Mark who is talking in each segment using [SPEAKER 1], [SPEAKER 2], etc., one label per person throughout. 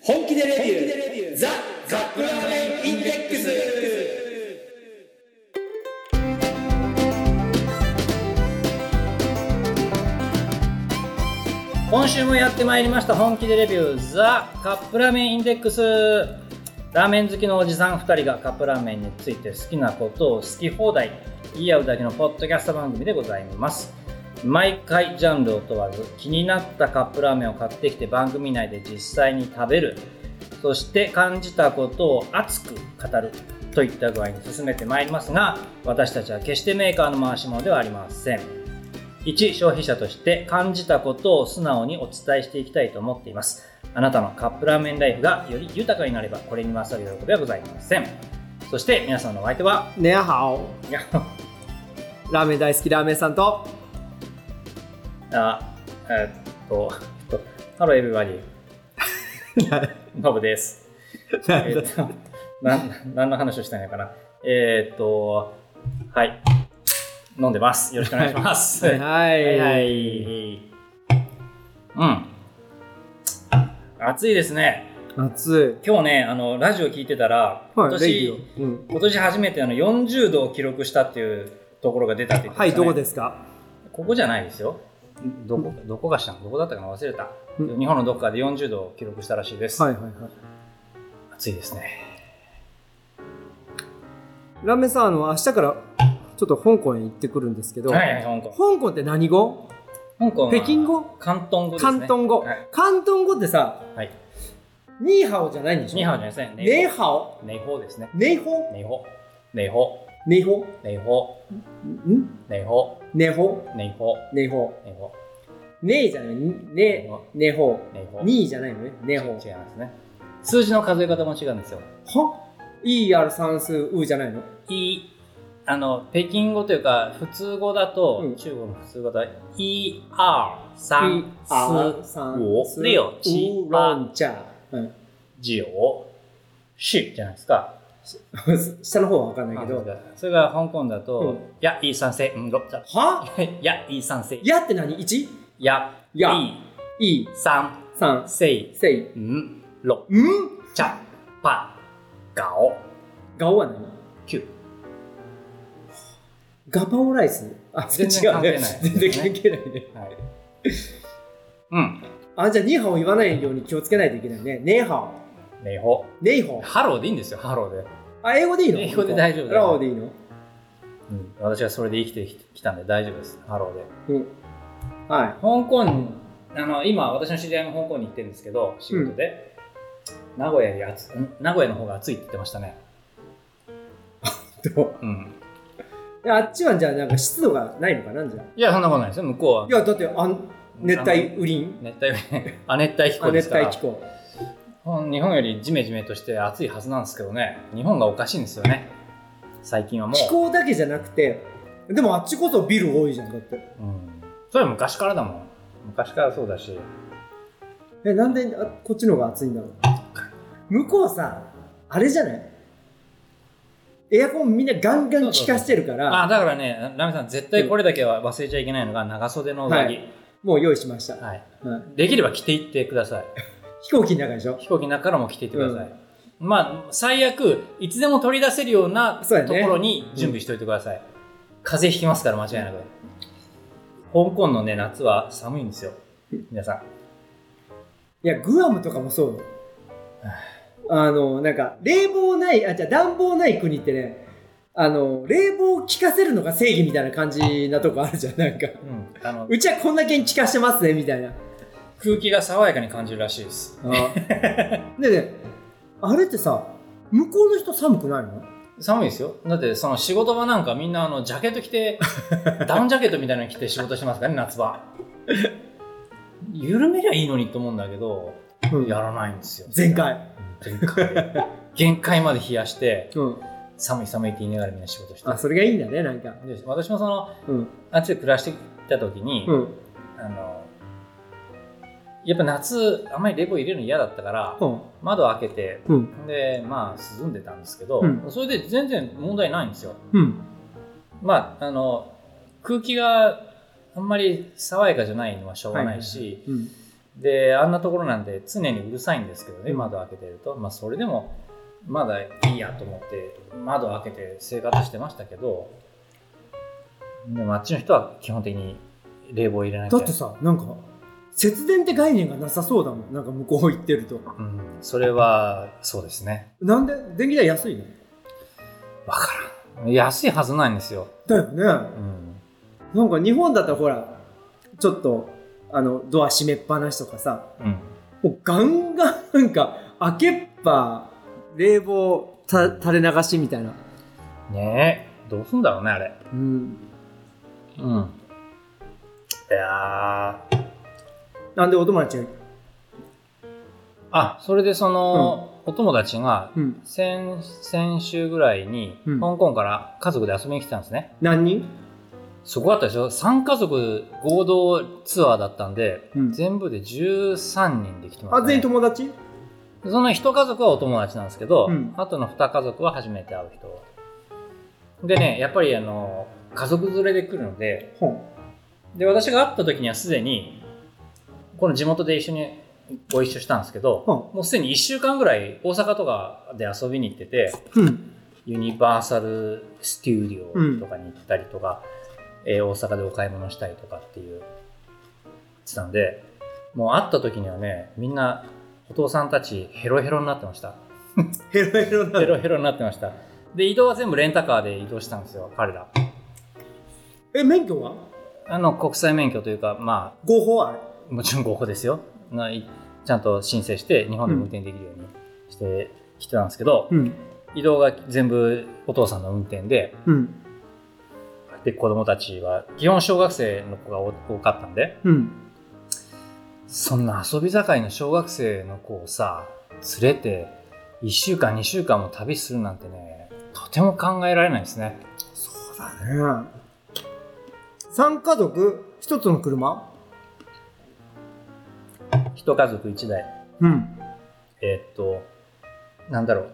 [SPEAKER 1] 本気でレビューザ・カップラーメンインデックス
[SPEAKER 2] 今週もやってまいりました本気でレビューザカップラーメンインデックスラーメン好きのおじさん2人がカップラーメンについて好きなことを好き放題言い合うだけのポッドキャスト番組でございます毎回ジャンルを問わず気になったカップラーメンを買ってきて番組内で実際に食べるそして感じたことを熱く語るといった具合に進めてまいりますが私たちは決してメーカーの回し者ではありません1消費者として感じたことを素直にお伝えしていきたいと思っていますあなたのカップラーメンライフがより豊かになればこれに勝る喜びはございませんそして皆さんのお相手は
[SPEAKER 3] ねやはお
[SPEAKER 2] いや
[SPEAKER 3] ラーメン大好きラーメンさんと
[SPEAKER 2] あえっとえっとハローエブリバディ ノブですえっとなん何の話をしたいのかなえっとはい飲んでますよろしくお願いします
[SPEAKER 3] はいはい
[SPEAKER 2] はいうん暑いですね
[SPEAKER 3] 暑
[SPEAKER 2] 今日ねあのラジオ聞いてたら
[SPEAKER 3] い
[SPEAKER 2] 今
[SPEAKER 3] はい
[SPEAKER 2] 年、
[SPEAKER 3] レイディオ、うん
[SPEAKER 2] 今年初めてあの40度を記録したっていうところが出たって言ってま
[SPEAKER 3] は
[SPEAKER 2] し
[SPEAKER 3] い
[SPEAKER 2] たね
[SPEAKER 3] どこですか
[SPEAKER 2] ここじゃないですよ。どこどこがしたのどこだったかな忘れた。
[SPEAKER 3] うん
[SPEAKER 2] 日本のどこかで40度を記録したらしいです。
[SPEAKER 3] はいはいはい
[SPEAKER 2] 暑いですね。
[SPEAKER 3] ラーメンさんあの明日からちょっと香港へ行ってくるんですけど、
[SPEAKER 2] はいはい、香
[SPEAKER 3] 香
[SPEAKER 2] 港。
[SPEAKER 3] 港って何語
[SPEAKER 2] 香港は
[SPEAKER 3] 北京語
[SPEAKER 2] 広東語ですね。
[SPEAKER 3] 広東語、
[SPEAKER 2] はい。
[SPEAKER 3] 広東語ってさ
[SPEAKER 2] はい、
[SPEAKER 3] ニーハオじゃないんでしょ
[SPEAKER 2] ニーハオじゃないです
[SPEAKER 3] ネイ
[SPEAKER 2] ね。
[SPEAKER 3] ハオ
[SPEAKER 2] ネイホーですね。
[SPEAKER 3] ネイホ
[SPEAKER 2] ネイホー。ネイホ
[SPEAKER 3] ネイホ
[SPEAKER 2] ー。ネイホ
[SPEAKER 3] ん
[SPEAKER 2] ー。ネイホ
[SPEAKER 3] ネホ
[SPEAKER 2] ー。ネイホ
[SPEAKER 3] ネホ
[SPEAKER 2] ー。ネイホ
[SPEAKER 3] ネイじゃないネネホ
[SPEAKER 2] ー。ネイホー。
[SPEAKER 3] ニーじゃないのねネホ
[SPEAKER 2] 違いますね。数字の数え方も違うんですよ。
[SPEAKER 3] は ?ER 算数うじゃないの
[SPEAKER 2] いあの北京語というか普通語だと、
[SPEAKER 3] うん
[SPEAKER 2] 中国の普通語だと一二三四
[SPEAKER 3] 三
[SPEAKER 2] 五六七八
[SPEAKER 3] じゃうん
[SPEAKER 2] 九十じゃないですか。
[SPEAKER 3] 下の方は分かんないけど
[SPEAKER 2] それが香港だと、
[SPEAKER 3] うん
[SPEAKER 2] やい三せんろじゃ
[SPEAKER 3] は
[SPEAKER 2] やい三せ
[SPEAKER 3] やって何 ?1?
[SPEAKER 2] や
[SPEAKER 3] や
[SPEAKER 2] い
[SPEAKER 3] い
[SPEAKER 2] 三
[SPEAKER 3] 三
[SPEAKER 2] せ
[SPEAKER 3] せい
[SPEAKER 2] んろ
[SPEAKER 3] ん
[SPEAKER 2] ちゃぱがお
[SPEAKER 3] ガオは何
[SPEAKER 2] きゅう
[SPEAKER 3] ガパオライスあ
[SPEAKER 2] 全然
[SPEAKER 3] 違うね
[SPEAKER 2] 関係ない
[SPEAKER 3] 全然関係ないね
[SPEAKER 2] はい。うん。
[SPEAKER 3] あじゃあニーハオ言わないように気をつけないといけないねネイハオ
[SPEAKER 2] ねほ。
[SPEAKER 3] ネイホ
[SPEAKER 2] ハローでいいんですよ。ハローで。
[SPEAKER 3] あ英語でいいの
[SPEAKER 2] 英語で大丈夫だよ
[SPEAKER 3] ラオでいいの
[SPEAKER 2] うん、私はそれで生きてきたんで大丈夫です。ハローで。
[SPEAKER 3] うんは
[SPEAKER 2] 香港あの今私の知り合いも香港に行ってるんですけど仕事で、名古屋より暑ん名古屋の方が暑いって言ってましたね
[SPEAKER 3] いと
[SPEAKER 2] うん
[SPEAKER 3] であっちはじゃあなんか湿度がないのかなんじゃ
[SPEAKER 2] いやそんなことないですよ向こ
[SPEAKER 3] いう
[SPEAKER 2] は
[SPEAKER 3] やだってあん熱帯雨林
[SPEAKER 2] 熱 帯亜熱帯気
[SPEAKER 3] あ
[SPEAKER 2] 候です
[SPEAKER 3] 熱
[SPEAKER 2] か
[SPEAKER 3] 帯
[SPEAKER 2] ら
[SPEAKER 3] 気候
[SPEAKER 2] ほん日本よりジメジメとして暑いはずなんですけどね日本がおかしいんですよね最近はもう
[SPEAKER 3] 気候だけじゃなくてでもあっちこそビル多いじゃんだって
[SPEAKER 2] うん、それは昔からだもん昔からそうだし
[SPEAKER 3] えなんであこっちの方が暑いんだろう向こうさあれじゃないエアコンみんなガンガン効かしてるから
[SPEAKER 2] あだからねラミさん絶対これだけは忘れちゃいけないのが長袖の上着、
[SPEAKER 3] は
[SPEAKER 2] はいい
[SPEAKER 3] もう用意しました、はい
[SPEAKER 2] できれば着ていってください
[SPEAKER 3] 飛行機の中でしょ
[SPEAKER 2] 飛行機の中からも着ていってください、まあ最悪いつでも取り出せるような
[SPEAKER 3] そうや
[SPEAKER 2] と
[SPEAKER 3] ね
[SPEAKER 2] ころに準備しておいてください、風邪ひきますから間違いなく、香港のね夏は寒いんですよ皆さん
[SPEAKER 3] いやグアムとかもそうよあのなんか冷房ないあじゃあ暖房ない国ってねあの冷房を効かせるのが正義みたいな感じなとこあるじゃんなん
[SPEAKER 2] う
[SPEAKER 3] か
[SPEAKER 2] ん、あの
[SPEAKER 3] うちはこんだけに効かしてますねみたいな
[SPEAKER 2] 空気が爽やかに感じるらしいです
[SPEAKER 3] でねあれってさ向こうの人寒くないの
[SPEAKER 2] 寒いですよだってその仕事場なんかみんなあのジャケット着 てダウンジャケットみたいなの着て仕事してますからね夏場緩めりゃいいのにと思うんだけど
[SPEAKER 3] うん
[SPEAKER 2] やらないんですよ
[SPEAKER 3] 全開
[SPEAKER 2] 限界限界まで冷やして
[SPEAKER 3] うん
[SPEAKER 2] 寒い寒いって言いながらみんな仕事して
[SPEAKER 3] あそれがいいんだねなんか
[SPEAKER 2] で私もその
[SPEAKER 3] うん
[SPEAKER 2] あっちで暮らしてきた時に、
[SPEAKER 3] うん
[SPEAKER 2] あのやっぱ夏あんまり冷房入れるの嫌だったから、
[SPEAKER 3] うん
[SPEAKER 2] 窓開けて
[SPEAKER 3] うん
[SPEAKER 2] でまあ涼んでたんですけど、
[SPEAKER 3] うん
[SPEAKER 2] それで全然問題ないんですよ
[SPEAKER 3] うん
[SPEAKER 2] まああの空気があんまり爽やかじゃないのはしょうがないし、
[SPEAKER 3] うん
[SPEAKER 2] であんなところなんで常にうるさいんですけどね窓開けてると、まあ、それでもまだいいやと思って窓開けて生活してましたけどでもあっちの人は基本的に冷房入れない
[SPEAKER 3] だってさなんか節電って概念がなさそうだもんなんか向こう行ってると
[SPEAKER 2] うん、それはそうですね
[SPEAKER 3] なんで電気代安いの
[SPEAKER 2] 安いはずないんですよ、
[SPEAKER 3] だよね
[SPEAKER 2] うん、
[SPEAKER 3] なんか日本だとほらちょっとあのドア閉めっぱなしとかさ
[SPEAKER 2] うん、
[SPEAKER 3] もうガン ガンなんか開けっぱ冷房た垂れ流しみたいな
[SPEAKER 2] ねえどうすんだろうねあれ
[SPEAKER 3] うん
[SPEAKER 2] うんいやー
[SPEAKER 3] なんでお友達が
[SPEAKER 2] あそれでその、お友達が
[SPEAKER 3] うん
[SPEAKER 2] 先先週ぐらいに
[SPEAKER 3] うん
[SPEAKER 2] 香港から家族で遊びに来てたんですね、
[SPEAKER 3] 何人
[SPEAKER 2] すごかったでしょ3家族合同ツアーだったんで、
[SPEAKER 3] うん
[SPEAKER 2] 全部で13人で来てま
[SPEAKER 3] あ
[SPEAKER 2] す、
[SPEAKER 3] 全員
[SPEAKER 2] ね、
[SPEAKER 3] 友達
[SPEAKER 2] その1家族はお友達なんですけど、
[SPEAKER 3] うん
[SPEAKER 2] あとの2家族は初めて会う人でねやっぱりあの家族連れで来るので
[SPEAKER 3] ほん
[SPEAKER 2] で私が会った時にはすでにこの地元で一緒にご一緒したんですけど、
[SPEAKER 3] ほ
[SPEAKER 2] もうすでに1週間ぐらい大阪とかで遊びに行ってて、
[SPEAKER 3] んうん
[SPEAKER 2] ユニバーサル・スタジオとかに行ったりとか、えー大阪でお買い物したりとかっていう、言ってたんで、もう会った時にはね、みんなお父さんたちヘロヘロになってました。
[SPEAKER 3] ヘロヘロな
[SPEAKER 2] ヘロヘロになってました。で、移動は全部レンタカーで移動したんですよ、彼ら。
[SPEAKER 3] え免許は
[SPEAKER 2] あの、国際免許というか、ま
[SPEAKER 3] 合法あれ
[SPEAKER 2] あ、もちろん合法ですよ。ないちゃんと申請して、日本でも運転できるようにしてきてたんですけど、
[SPEAKER 3] うん
[SPEAKER 2] 移動が全部お父さんの運転で、
[SPEAKER 3] うん
[SPEAKER 2] で子供たちは基本小学生の子が多多かったんで
[SPEAKER 3] うん
[SPEAKER 2] そんな遊び盛りの小学生の子をさ連れて1週間2週間も旅するなんてねとても考えられないですね
[SPEAKER 3] そうだね3家族1つの車
[SPEAKER 2] 一家族1台
[SPEAKER 3] うん
[SPEAKER 2] えーっとなんだろ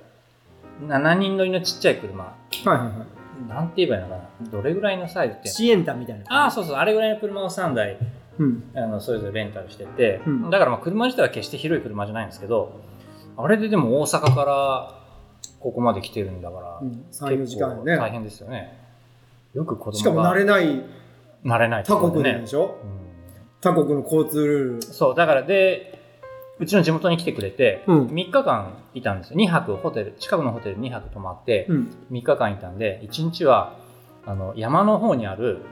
[SPEAKER 2] う7人乗りのちっちゃい車
[SPEAKER 3] はいはいはい
[SPEAKER 2] なんて言えばいいのかなどれぐらいのサイズって
[SPEAKER 3] シエンタみたいな
[SPEAKER 2] ああそうそうあれぐらいの車を3台
[SPEAKER 3] うん
[SPEAKER 2] あのそれぞれレンタルしてて、
[SPEAKER 3] うん
[SPEAKER 2] だからまあ車自体は決して広い車じゃないんですけどあれででも大阪からここまで来てるんだから、
[SPEAKER 3] 34時間よね
[SPEAKER 2] 結構大変ですよねよく子供が
[SPEAKER 3] しかも慣れない
[SPEAKER 2] 慣れないと
[SPEAKER 3] 他
[SPEAKER 2] ころ
[SPEAKER 3] 国
[SPEAKER 2] で
[SPEAKER 3] なん
[SPEAKER 2] ね
[SPEAKER 3] でしょ
[SPEAKER 2] う
[SPEAKER 3] 他国の交通ルー
[SPEAKER 2] んそうだからでうちの地元に来てくれて、
[SPEAKER 3] うん
[SPEAKER 2] 3日間いたんですよ2泊ホテル近くのホテル2泊泊まって
[SPEAKER 3] ル、うん、
[SPEAKER 2] 3日間いたんで1日はあの山の方にある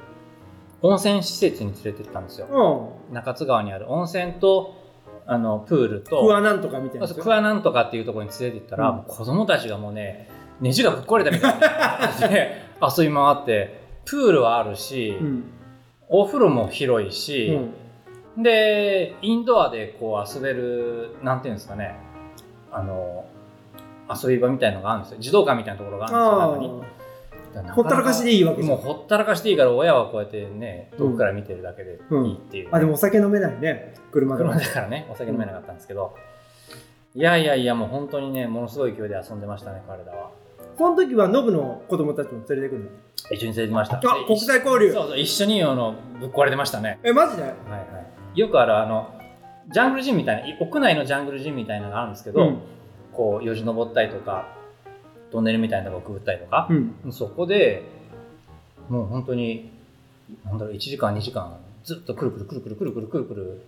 [SPEAKER 2] 温泉施設に連れてったんですよ
[SPEAKER 3] う
[SPEAKER 2] 中津川にある温泉とあのプールと
[SPEAKER 3] ん、クアなんとかみたいな
[SPEAKER 2] そうクアなんとかっていうところに連れて行ったら、
[SPEAKER 3] うん
[SPEAKER 2] もう子供たちがもうねネジがぶっ壊れたみたいな 感じで遊び回ってプールはあるし、
[SPEAKER 3] うん
[SPEAKER 2] お風呂も広いうし、
[SPEAKER 3] ん、
[SPEAKER 2] でインドアでこう遊べるなんていうんですかねあの遊び場みたいのがあるんですよ児童館みたいなところがあ
[SPEAKER 3] あ
[SPEAKER 2] るんですよ中に
[SPEAKER 3] あ
[SPEAKER 2] だらな
[SPEAKER 3] ほったらかしでいいわけじゃ
[SPEAKER 2] もうんほったらかしていいから親はこうやってね遠くから見てるだけでいいっていう、
[SPEAKER 3] あでもお酒飲めないね車で
[SPEAKER 2] 車だからね、お酒飲めなかったんですけど、いやいやいや、もう本当にね、ものすごい勢いで遊んでましたね、彼らは。
[SPEAKER 3] この時はノブの子供たちも連れてくるの
[SPEAKER 2] 一緒に連れてきました。
[SPEAKER 3] あ
[SPEAKER 2] で
[SPEAKER 3] 国際交流
[SPEAKER 2] そうそう、一緒にあのぶっ壊れてましたね。
[SPEAKER 3] えマジで
[SPEAKER 2] はいはい、よくある、あの、ジャングルジムみたいな、い屋内のジャングルジムみたいなのがあるんですけど、
[SPEAKER 3] ん
[SPEAKER 2] こう、よじ登ったりとか、トンネルみたいなとこくぐったりとか
[SPEAKER 3] う、ん
[SPEAKER 2] そこでもう本当に、なんだろう、1時間、2時間、ずっとくるくるくるくるくるくるくるくる、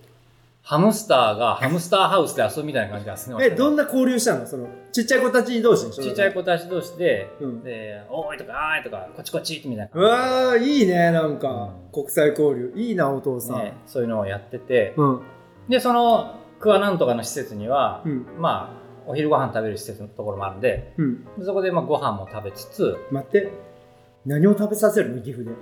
[SPEAKER 2] ハムスターがハムスターハウスで遊ぶみたいな感じで遊んでまし
[SPEAKER 3] え
[SPEAKER 2] たね
[SPEAKER 3] どんな交流したのそのちっちゃい子たち同士でしょ
[SPEAKER 2] ちっちゃい子たち同士で、
[SPEAKER 3] うん
[SPEAKER 2] で、おーいとか、あーいとか、こっちこっちってみたいな
[SPEAKER 3] うわーいいねなんか、
[SPEAKER 2] うん
[SPEAKER 3] 国際交流いいなお父さん、
[SPEAKER 2] ね、そういうのをやってて、
[SPEAKER 3] うん
[SPEAKER 2] で、その、クアなんとかの施設には、
[SPEAKER 3] うん
[SPEAKER 2] まあ、お昼ご飯食べる施設のところもあるんで、
[SPEAKER 3] うん
[SPEAKER 2] そこでまあご飯も食べつつ、
[SPEAKER 3] 待って何を食べさせるの岐阜で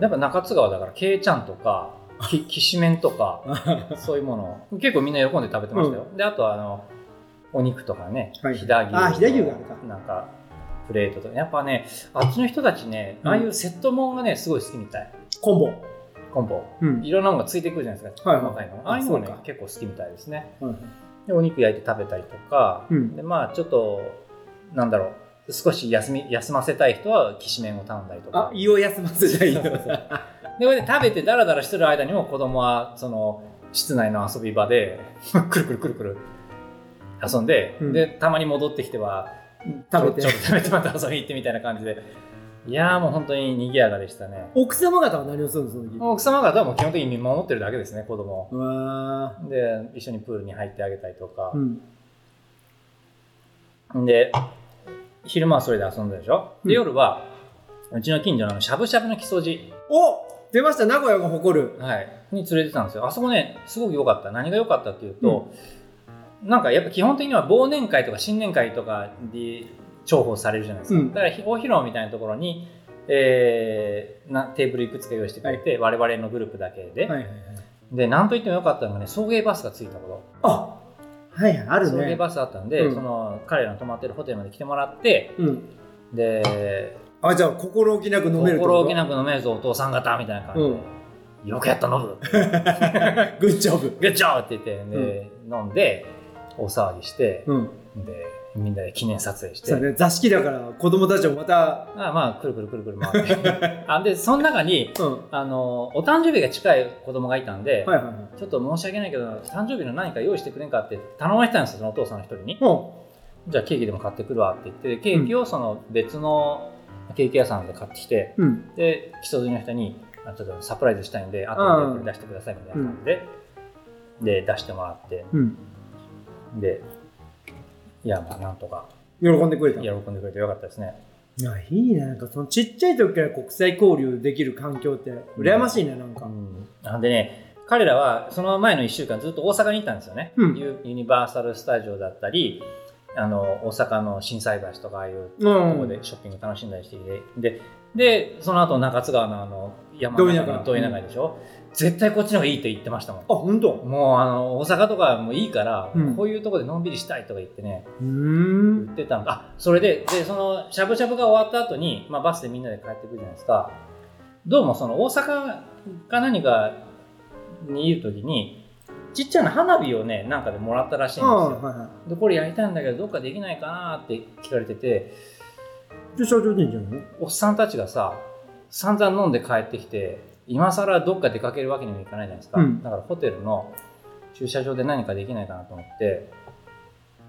[SPEAKER 2] やっぱ中津川だから、けいちゃんとか、 ききしめんとか、
[SPEAKER 3] あ
[SPEAKER 2] そういうものを、結構みんな喜んで食べてましたよ。で、あとは、あの、お肉とかね、
[SPEAKER 3] はい
[SPEAKER 2] 飛騨牛の
[SPEAKER 3] あ飛騨牛があるか
[SPEAKER 2] なんか、プレートとか、やっぱね、あっちの人たちね、ああいうセットもんがね、すごい好きみたい。
[SPEAKER 3] コンボ
[SPEAKER 2] コンボ。
[SPEAKER 3] うん
[SPEAKER 2] いろんなものがついてくるじゃないですか、
[SPEAKER 3] はい
[SPEAKER 2] 細かいのがああいうのが
[SPEAKER 3] そう
[SPEAKER 2] ね
[SPEAKER 3] か
[SPEAKER 2] 結構好きみたいですね
[SPEAKER 3] はい
[SPEAKER 2] でお肉焼いて食べたりとか、
[SPEAKER 3] うん
[SPEAKER 2] でまあちょっとなんだろう少し休み休ませたい人はきしめんを頼んだりと
[SPEAKER 3] あ
[SPEAKER 2] か
[SPEAKER 3] 胃を休ませたいい
[SPEAKER 2] そうそうそうでこれで食べてダラダラしてる間にも子供はその室内の遊び場で くるくるくるくる遊んで、
[SPEAKER 3] うん
[SPEAKER 2] でたまに戻ってきては
[SPEAKER 3] 食べ
[SPEAKER 2] ちょ
[SPEAKER 3] て
[SPEAKER 2] っと食べてまた遊びに行ってみたいな感じでいやーもう本当に賑やかでしたね
[SPEAKER 3] 奥様方は何をするのその時
[SPEAKER 2] もう奥様方はもう基本的に見守ってるだけですね子供を
[SPEAKER 3] うわ
[SPEAKER 2] で一緒にプールに入ってあげたりとか
[SPEAKER 3] ー、うん
[SPEAKER 2] で昼間はそれで遊んだでしょ、
[SPEAKER 3] うん
[SPEAKER 2] で夜はうちの近所のあのしゃぶしゃぶの木曽路、
[SPEAKER 3] お出ました名古屋が誇る
[SPEAKER 2] はい、に連れてたんですよあそこねすごく良かった何が良かったっていうと、なんかやっぱ基本的には忘年会とか新年会とかで重宝されるじゃないですか、
[SPEAKER 3] うん
[SPEAKER 2] だからお披露みたいなところに、えーなテーブルいくつか用意してくれて、我々のグループだけで、
[SPEAKER 3] はいはいはい
[SPEAKER 2] でなんといっても良かったのがね送迎バスがついたこと
[SPEAKER 3] あはいはいある
[SPEAKER 2] 送迎
[SPEAKER 3] ね
[SPEAKER 2] バスあったんで、
[SPEAKER 3] うん
[SPEAKER 2] その彼らの泊まってるホテルまで来てもらって
[SPEAKER 3] うん
[SPEAKER 2] で
[SPEAKER 3] あじゃあ心置きなく飲める
[SPEAKER 2] 心置き
[SPEAKER 3] く
[SPEAKER 2] なく飲めるぞお父さん方みたいな感じで、 よくやったノブ
[SPEAKER 3] グッジョブ
[SPEAKER 2] グッジョーって言って、で飲んで大騒ぎして、
[SPEAKER 3] うん
[SPEAKER 2] でみんなで記念撮影して、
[SPEAKER 3] そうね座敷だから子供たちもまた
[SPEAKER 2] まあまあくるくるくるくる回って あでその中に
[SPEAKER 3] うんは
[SPEAKER 2] あのお誕生日が近い子供がいたんで、
[SPEAKER 3] いはいはい
[SPEAKER 2] ちょっと申し訳ないけど誕生日の何か用意してくれんかって頼まれてたんですよそのお父さんの一人に
[SPEAKER 3] ほ
[SPEAKER 2] じゃあケーキでも買ってくるわって言ってケーキをその別のケーキ屋さんで買ってきて、
[SPEAKER 3] ううん
[SPEAKER 2] で基礎の人にあちょっとサプライズしたいんで後でこれ出してくださいみたいな感じで、で出してもらって
[SPEAKER 3] うん
[SPEAKER 2] でいやまあなんとか
[SPEAKER 3] 喜んでくれた
[SPEAKER 2] 喜んでくれてよかったですね
[SPEAKER 3] いやいいねなんかそのちっちゃい時から国際交流できる環境って羨ましいねなんか、
[SPEAKER 2] うんなんでね彼らはその前の1週間ずっと大阪にいたんですよね、
[SPEAKER 3] うん
[SPEAKER 2] ユユニバーサル・スタジオだったりあの大阪の心斎橋とかああいう
[SPEAKER 3] うん
[SPEAKER 2] とこでショッピング楽しんだりしてきてででその後中津川のあの山
[SPEAKER 3] どいな
[SPEAKER 2] 中
[SPEAKER 3] が
[SPEAKER 2] のどいながらでしょ、絶対こっちの方がいいって言ってましたもん
[SPEAKER 3] あ本当
[SPEAKER 2] もうあの大阪とかもいいから、
[SPEAKER 3] うん
[SPEAKER 2] こういうとこでのんびりしたいとか言ってね
[SPEAKER 3] うー
[SPEAKER 2] 言
[SPEAKER 3] ん
[SPEAKER 2] ってたのあそれででそのしゃぶしゃぶが終わった後にまあバスでみんなで帰ってくるじゃないですかどうもその大阪か何かにいる時にちっちゃな花火をねなんかでもらったらしいん
[SPEAKER 3] あ
[SPEAKER 2] です
[SPEAKER 3] あ
[SPEAKER 2] よ
[SPEAKER 3] はいは
[SPEAKER 2] でこれやりたいんだけどどっかできないかなって聞かれてて
[SPEAKER 3] いで社長でいいんじゃないの
[SPEAKER 2] おっさんたちがさ散々飲んで帰ってきて今更どっか出かけるわけにもいかないじゃないですか、
[SPEAKER 3] うん
[SPEAKER 2] だからホテルの駐車場で何かできないかなと思って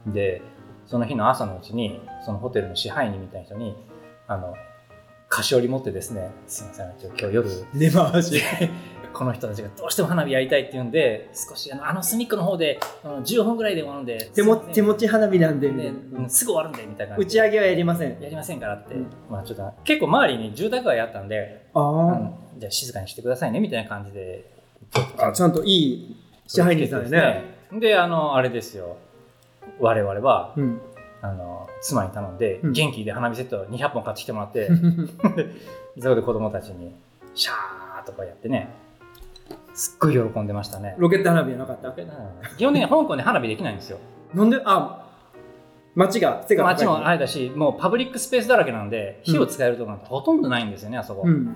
[SPEAKER 2] でその日の朝のうちにそのホテルの支配人みたいな人にあの菓子折り持ってですねすいませんちょ今日夜
[SPEAKER 3] 根回し
[SPEAKER 2] この人たちがどうしても花火やりたいっていうんで少しあのあの隅っこの方であの10本ぐらいでも飲んで
[SPEAKER 3] 手も
[SPEAKER 2] すいません
[SPEAKER 3] 手持ち花火なんでみた
[SPEAKER 2] で
[SPEAKER 3] いな
[SPEAKER 2] うんすぐ終わるんでみたいな
[SPEAKER 3] 打
[SPEAKER 2] 感じ
[SPEAKER 3] ち
[SPEAKER 2] で
[SPEAKER 3] 上げはやりません
[SPEAKER 2] やりませんからって、
[SPEAKER 3] うん
[SPEAKER 2] まあちょっと結構周りに住宅街あったんで
[SPEAKER 3] あ
[SPEAKER 2] う
[SPEAKER 3] ー
[SPEAKER 2] んじゃあ静かにしてくださいねみたいな感じで
[SPEAKER 3] あちゃんといい支配人さんやね
[SPEAKER 2] ねであのあれですよ我々は
[SPEAKER 3] うん
[SPEAKER 2] あの妻に頼んで、
[SPEAKER 3] うん
[SPEAKER 2] 元気で花火セット200本買ってきてもらって、そこで子供たちにシャーとかやってねすっごい喜んでましたね
[SPEAKER 3] ロケット花火じゃなかった
[SPEAKER 2] 基本的に香港で花火できないんですよ
[SPEAKER 3] なんであ街が背が高い
[SPEAKER 2] 街もあれだしもうパブリックスペースだらけなんで
[SPEAKER 3] うん
[SPEAKER 2] 火を使えるとこなんてほとんどないんですよねあそこ、
[SPEAKER 3] うん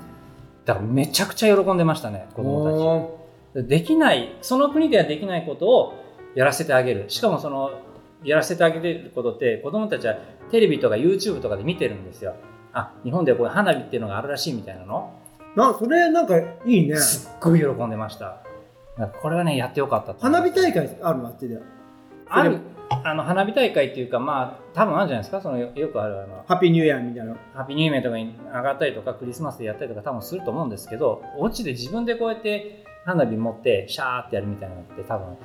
[SPEAKER 2] だからめちゃくちゃ喜んでましたね子供たち
[SPEAKER 3] お
[SPEAKER 2] できないその国ではできないことをやらせてあげるしかもそのやらせてあげてることって子どもたちはテレビとか YouTube とかで見てるんですよあ日本ではこういう花火っていうのがあるらしいみたいなの
[SPEAKER 3] ーなそれなんかいいね
[SPEAKER 2] すっごい喜んでましただからこれはねやってよかったと
[SPEAKER 3] 花火大会ある街で
[SPEAKER 2] あるあの花火大会っていうかまあ多分あるんじゃないですかそのよよくあるあの
[SPEAKER 3] ハッピーニューイヤーみたいな
[SPEAKER 2] ハッピーニューイヤーとかに上がったりとかクリスマスでやったりとか多分すると思うんですけどお家で自分でこうやって花火持ってシャーってやるみたいなのって多分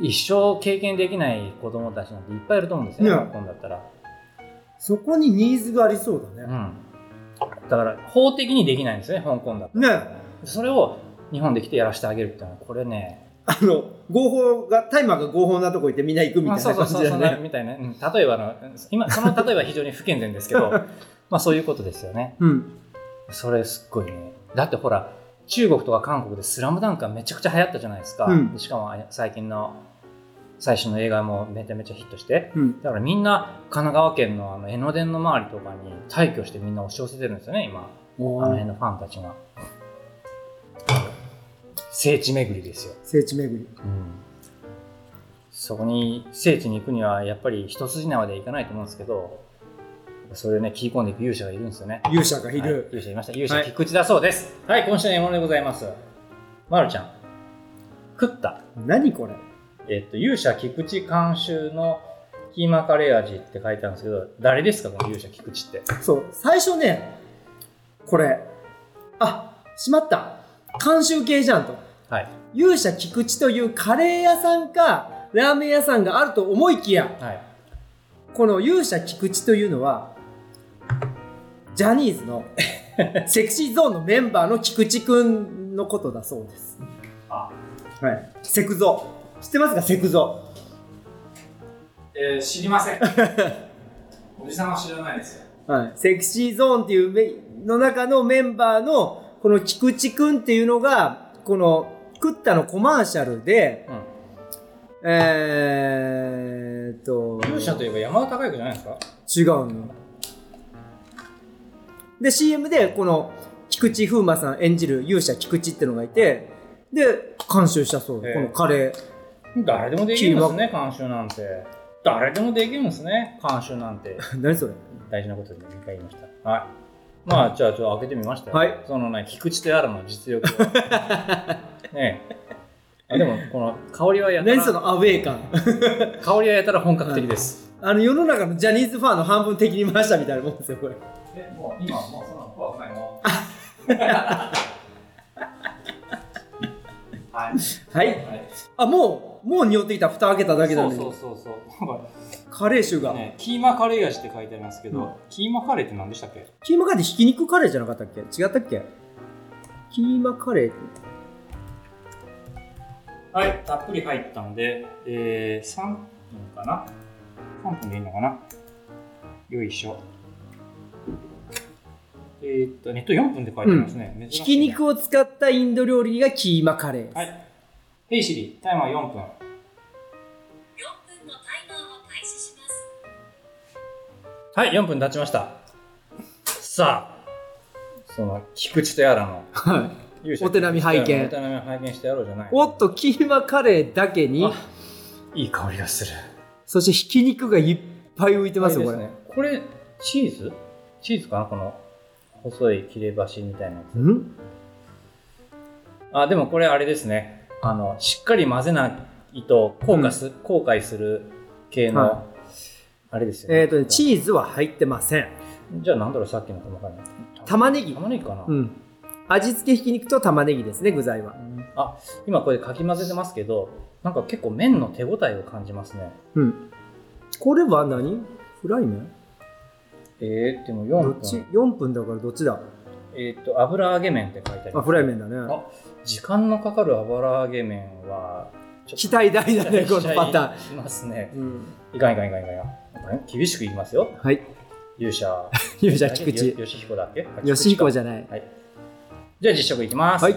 [SPEAKER 2] 一生経験できない子供たちなんていっぱいいると思うんですよね
[SPEAKER 3] ね
[SPEAKER 2] 日本だったら、
[SPEAKER 3] そこにニーズがありそうだ
[SPEAKER 2] う
[SPEAKER 3] ね。
[SPEAKER 2] ん、だから法的にできないんですよね香港だと
[SPEAKER 3] ね、
[SPEAKER 2] それを日本で来てやらせてあげるっていうのはこれね
[SPEAKER 3] あの合法がタイマーが合法なとこ行ってみんな行くみたい
[SPEAKER 2] あそ
[SPEAKER 3] な
[SPEAKER 2] うそうそ
[SPEAKER 3] 感じ
[SPEAKER 2] うそ
[SPEAKER 3] だよ
[SPEAKER 2] んな
[SPEAKER 3] ね。
[SPEAKER 2] みたいな、うん例えばの今その例えば非常に不健全ですけ どまあそういうことですよね
[SPEAKER 3] うん。
[SPEAKER 2] それすっごいねだってほら中国とか韓国で「スラムダンクがめちゃくちゃ流行ったじゃないですか、
[SPEAKER 3] うん
[SPEAKER 2] しかも最近の最新の映画もめちゃめちゃヒットして
[SPEAKER 3] うん。
[SPEAKER 2] だからみんな神奈川県のあの江ノ電の周りとかに退去してみんな押し寄せてるんですよね今あの辺のファンたちが聖地巡りですよ、
[SPEAKER 3] 聖地巡り。
[SPEAKER 2] そこに聖地に行くにはやっぱり一筋縄ではいかないと思うんですけどそれをね切り込んでいく勇者がいるんですよね
[SPEAKER 3] 勇者がい
[SPEAKER 2] はい
[SPEAKER 3] る。
[SPEAKER 2] 勇者いました。勇者、
[SPEAKER 3] はい
[SPEAKER 2] 菊池だそうです。はい、今週の獲物でございます。まるちゃん。食った、
[SPEAKER 3] 何これ
[SPEAKER 2] えっと、勇者菊池監修のキーマカレー味って書いてあるんですけど、誰ですか、この勇者菊池って。
[SPEAKER 3] そう最初ねこれあしまった監修系じゃんと
[SPEAKER 2] はい。
[SPEAKER 3] 勇者菊池というカレー屋さんかラーメン屋さんがあると思いきや
[SPEAKER 2] はい。
[SPEAKER 3] この勇者菊池というのはジャニーズの セクシーゾーンのメンバーの菊池くんのことだそうです
[SPEAKER 2] あ
[SPEAKER 3] はいセクゾ知ってますかセクゾ
[SPEAKER 2] えー、知りません。 おじさんは知らないですよ。
[SPEAKER 3] はいセクシーゾーンっていうめの中のメンバーのこの菊池くんっていうのがこのクッタのコマーシャルで
[SPEAKER 2] うん。
[SPEAKER 3] えー、っと
[SPEAKER 2] 勇者といえば山田孝之じゃないですか
[SPEAKER 3] 違うので CM でこの菊池風磨さん演じる勇者菊池ってのがいてで監修したそう、
[SPEAKER 2] ええ
[SPEAKER 3] このカレー
[SPEAKER 2] 誰でもできるんですね、監修なんて。誰でもできるんですね、監修なんて。
[SPEAKER 3] 何それ
[SPEAKER 2] 大事なことで2回言いました。はい。まあ、じゃあ、ちょっと開けてみましたよ。
[SPEAKER 3] はい。
[SPEAKER 2] そのね、菊池とやらの実力 を。ねえ。あでも、この香りはやた
[SPEAKER 3] 何そ
[SPEAKER 2] ら、
[SPEAKER 3] のアウェー感
[SPEAKER 2] 香りはやたら本格的です。
[SPEAKER 3] あの世の中のジャニーズファンの半分敵に回したみたいなもんですよこれ
[SPEAKER 2] え、もう今、もうそんなの怖くない のはい。
[SPEAKER 3] はいあもうもう匂ってきた蓋開けただけだね
[SPEAKER 2] そうそうそうそう。
[SPEAKER 3] カレー臭が、
[SPEAKER 2] ね、キーマカレー味って書いてありますけど、
[SPEAKER 3] うん
[SPEAKER 2] キーマカレーって何でしたっけ
[SPEAKER 3] キーマカレーってひき肉カレーじゃなかったっけ違ったっけキーマカレー
[SPEAKER 2] はい、たっぷり入ったので、えー、3分かな ?3 分でいいのかなよいしょ。えー、っと、ネット4分で書いてありますね。珍し
[SPEAKER 3] ひ
[SPEAKER 2] い
[SPEAKER 3] き
[SPEAKER 2] ね
[SPEAKER 3] 肉を使ったインド料理がキーマカレー、
[SPEAKER 2] はい。ヘイシリ、タイマー4分。
[SPEAKER 4] 4分のタイマーを開始します。
[SPEAKER 2] はい、4分経ちました。さあ、その、菊池とやらの、
[SPEAKER 3] はいお手並み拝見
[SPEAKER 2] お手並み拝見してやろうじゃない。
[SPEAKER 3] おっとキーマカレーだけに
[SPEAKER 2] あいい香りがする。
[SPEAKER 3] そしてひき肉がいっぱい浮いてますよこれ、
[SPEAKER 2] ね、これチーズチーズかなこの細い切れ端みたいなやつ
[SPEAKER 3] ん
[SPEAKER 2] あでもこれあれですねあのしっかり混ぜないと硬化す、後悔する系の、
[SPEAKER 3] は
[SPEAKER 2] あれですよね
[SPEAKER 3] えっ、とねチーズは入ってません
[SPEAKER 2] じゃあなんだろうさっきの細かいの
[SPEAKER 3] 玉ねぎ
[SPEAKER 2] 玉ねぎかな、
[SPEAKER 3] うん味付けひき肉と玉ねぎですね具材は
[SPEAKER 2] あ今これかき混ぜてますけどなんか結構麺の手応えを感じますね
[SPEAKER 3] うんこれは何フライ麺
[SPEAKER 2] えー、でも
[SPEAKER 3] ど
[SPEAKER 2] 4
[SPEAKER 3] っち
[SPEAKER 2] 分
[SPEAKER 3] 4分だからどっちだ
[SPEAKER 2] えー、と油揚げ麺って書いてあり
[SPEAKER 3] あ
[SPEAKER 2] ます
[SPEAKER 3] フライ麺だね
[SPEAKER 2] あ時間のかかる油揚げ麺はちょっと
[SPEAKER 3] 期待大だねこのパタ
[SPEAKER 2] ーン。いますね
[SPEAKER 3] ー。ン、うん、
[SPEAKER 2] いかんいかんいかんいかんよ。これ厳しくいきますよ。
[SPEAKER 3] はい
[SPEAKER 2] 勇者。
[SPEAKER 3] 勇者菊
[SPEAKER 2] よ
[SPEAKER 3] 池
[SPEAKER 2] よしひこだっけ
[SPEAKER 3] よしひこじ
[SPEAKER 2] ゃ。
[SPEAKER 3] ゃない
[SPEAKER 2] はい。じゃあ実食いきます。
[SPEAKER 3] はい。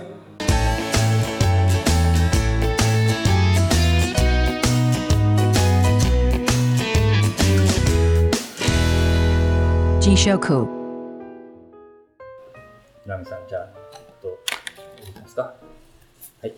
[SPEAKER 5] G Shoku.
[SPEAKER 2] ラミさん、じゃあ、ちょっと、いきますか。 はい。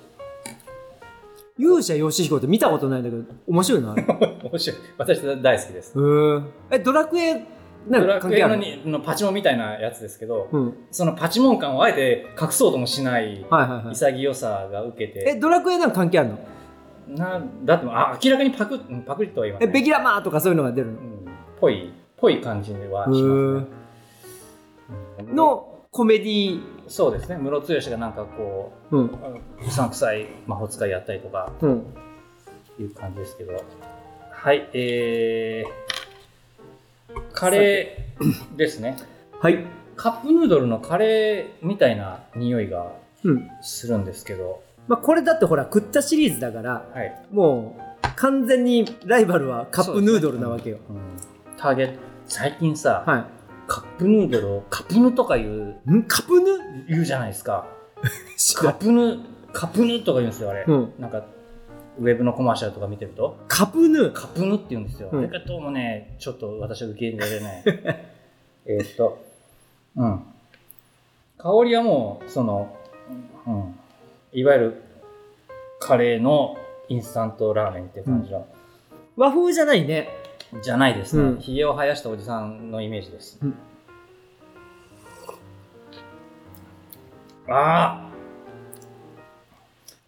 [SPEAKER 3] 勇者よしひこって見たことないんだけど面白 いなあれへ
[SPEAKER 2] 面白い。私大好きです。
[SPEAKER 3] ーえドラクエな
[SPEAKER 2] ド
[SPEAKER 3] んか
[SPEAKER 2] ラ
[SPEAKER 3] 関
[SPEAKER 2] ク
[SPEAKER 3] 係
[SPEAKER 2] エ
[SPEAKER 3] あ
[SPEAKER 2] の
[SPEAKER 3] る
[SPEAKER 2] にのパチモンみたいなやつですけど、
[SPEAKER 3] うん
[SPEAKER 2] そのパチモン感をあえて隠そうともしない
[SPEAKER 3] はいはいはい
[SPEAKER 2] 潔さが受けて、
[SPEAKER 3] えドラクエなんか関係あるの
[SPEAKER 2] なだってもうあ明らかにパクうんパクリとは言わな
[SPEAKER 3] え
[SPEAKER 2] い。
[SPEAKER 3] ベキラマーとかそういうのが出るの
[SPEAKER 2] うんぽい、ぽい感じはしますね。うん
[SPEAKER 3] のコメディ
[SPEAKER 2] そうですね、ムロツヨシがなんかこ
[SPEAKER 3] うん
[SPEAKER 2] う、うさんくさい魔法使いやったりとか
[SPEAKER 3] うん
[SPEAKER 2] いう感じですけど、はい、えー、カレーですね、
[SPEAKER 3] はい
[SPEAKER 2] カップヌードルのカレーみたいな匂いが
[SPEAKER 3] うん
[SPEAKER 2] するんですけど、
[SPEAKER 3] まあこれだってほら食ったシリーズだから
[SPEAKER 2] はい、
[SPEAKER 3] もう完全にライバルはカップヌードルなわけよ、
[SPEAKER 2] うんターゲット、最近さ、
[SPEAKER 3] は
[SPEAKER 2] カップヌードルをカプヌとか言う
[SPEAKER 3] いんカップヌ
[SPEAKER 2] 言うじゃないですか、カプヌ、カプヌとか言うんですよ、あれ。
[SPEAKER 3] うん
[SPEAKER 2] なんかウェブのコマーシャルとか見てると
[SPEAKER 3] カップヌ
[SPEAKER 2] カプヌって言うんですよ。
[SPEAKER 3] うん
[SPEAKER 2] これがどうもね、ちょっと私は受け入れられ ない。えーっと、うん。香りはもう、その、うん、いわゆるカレーのインスタントラーメンっていう感じの、
[SPEAKER 3] 和風じゃないね
[SPEAKER 2] じゃないですね。
[SPEAKER 3] うん
[SPEAKER 2] ひげを生やしたおじさんのイメージです。
[SPEAKER 3] うん
[SPEAKER 2] ああ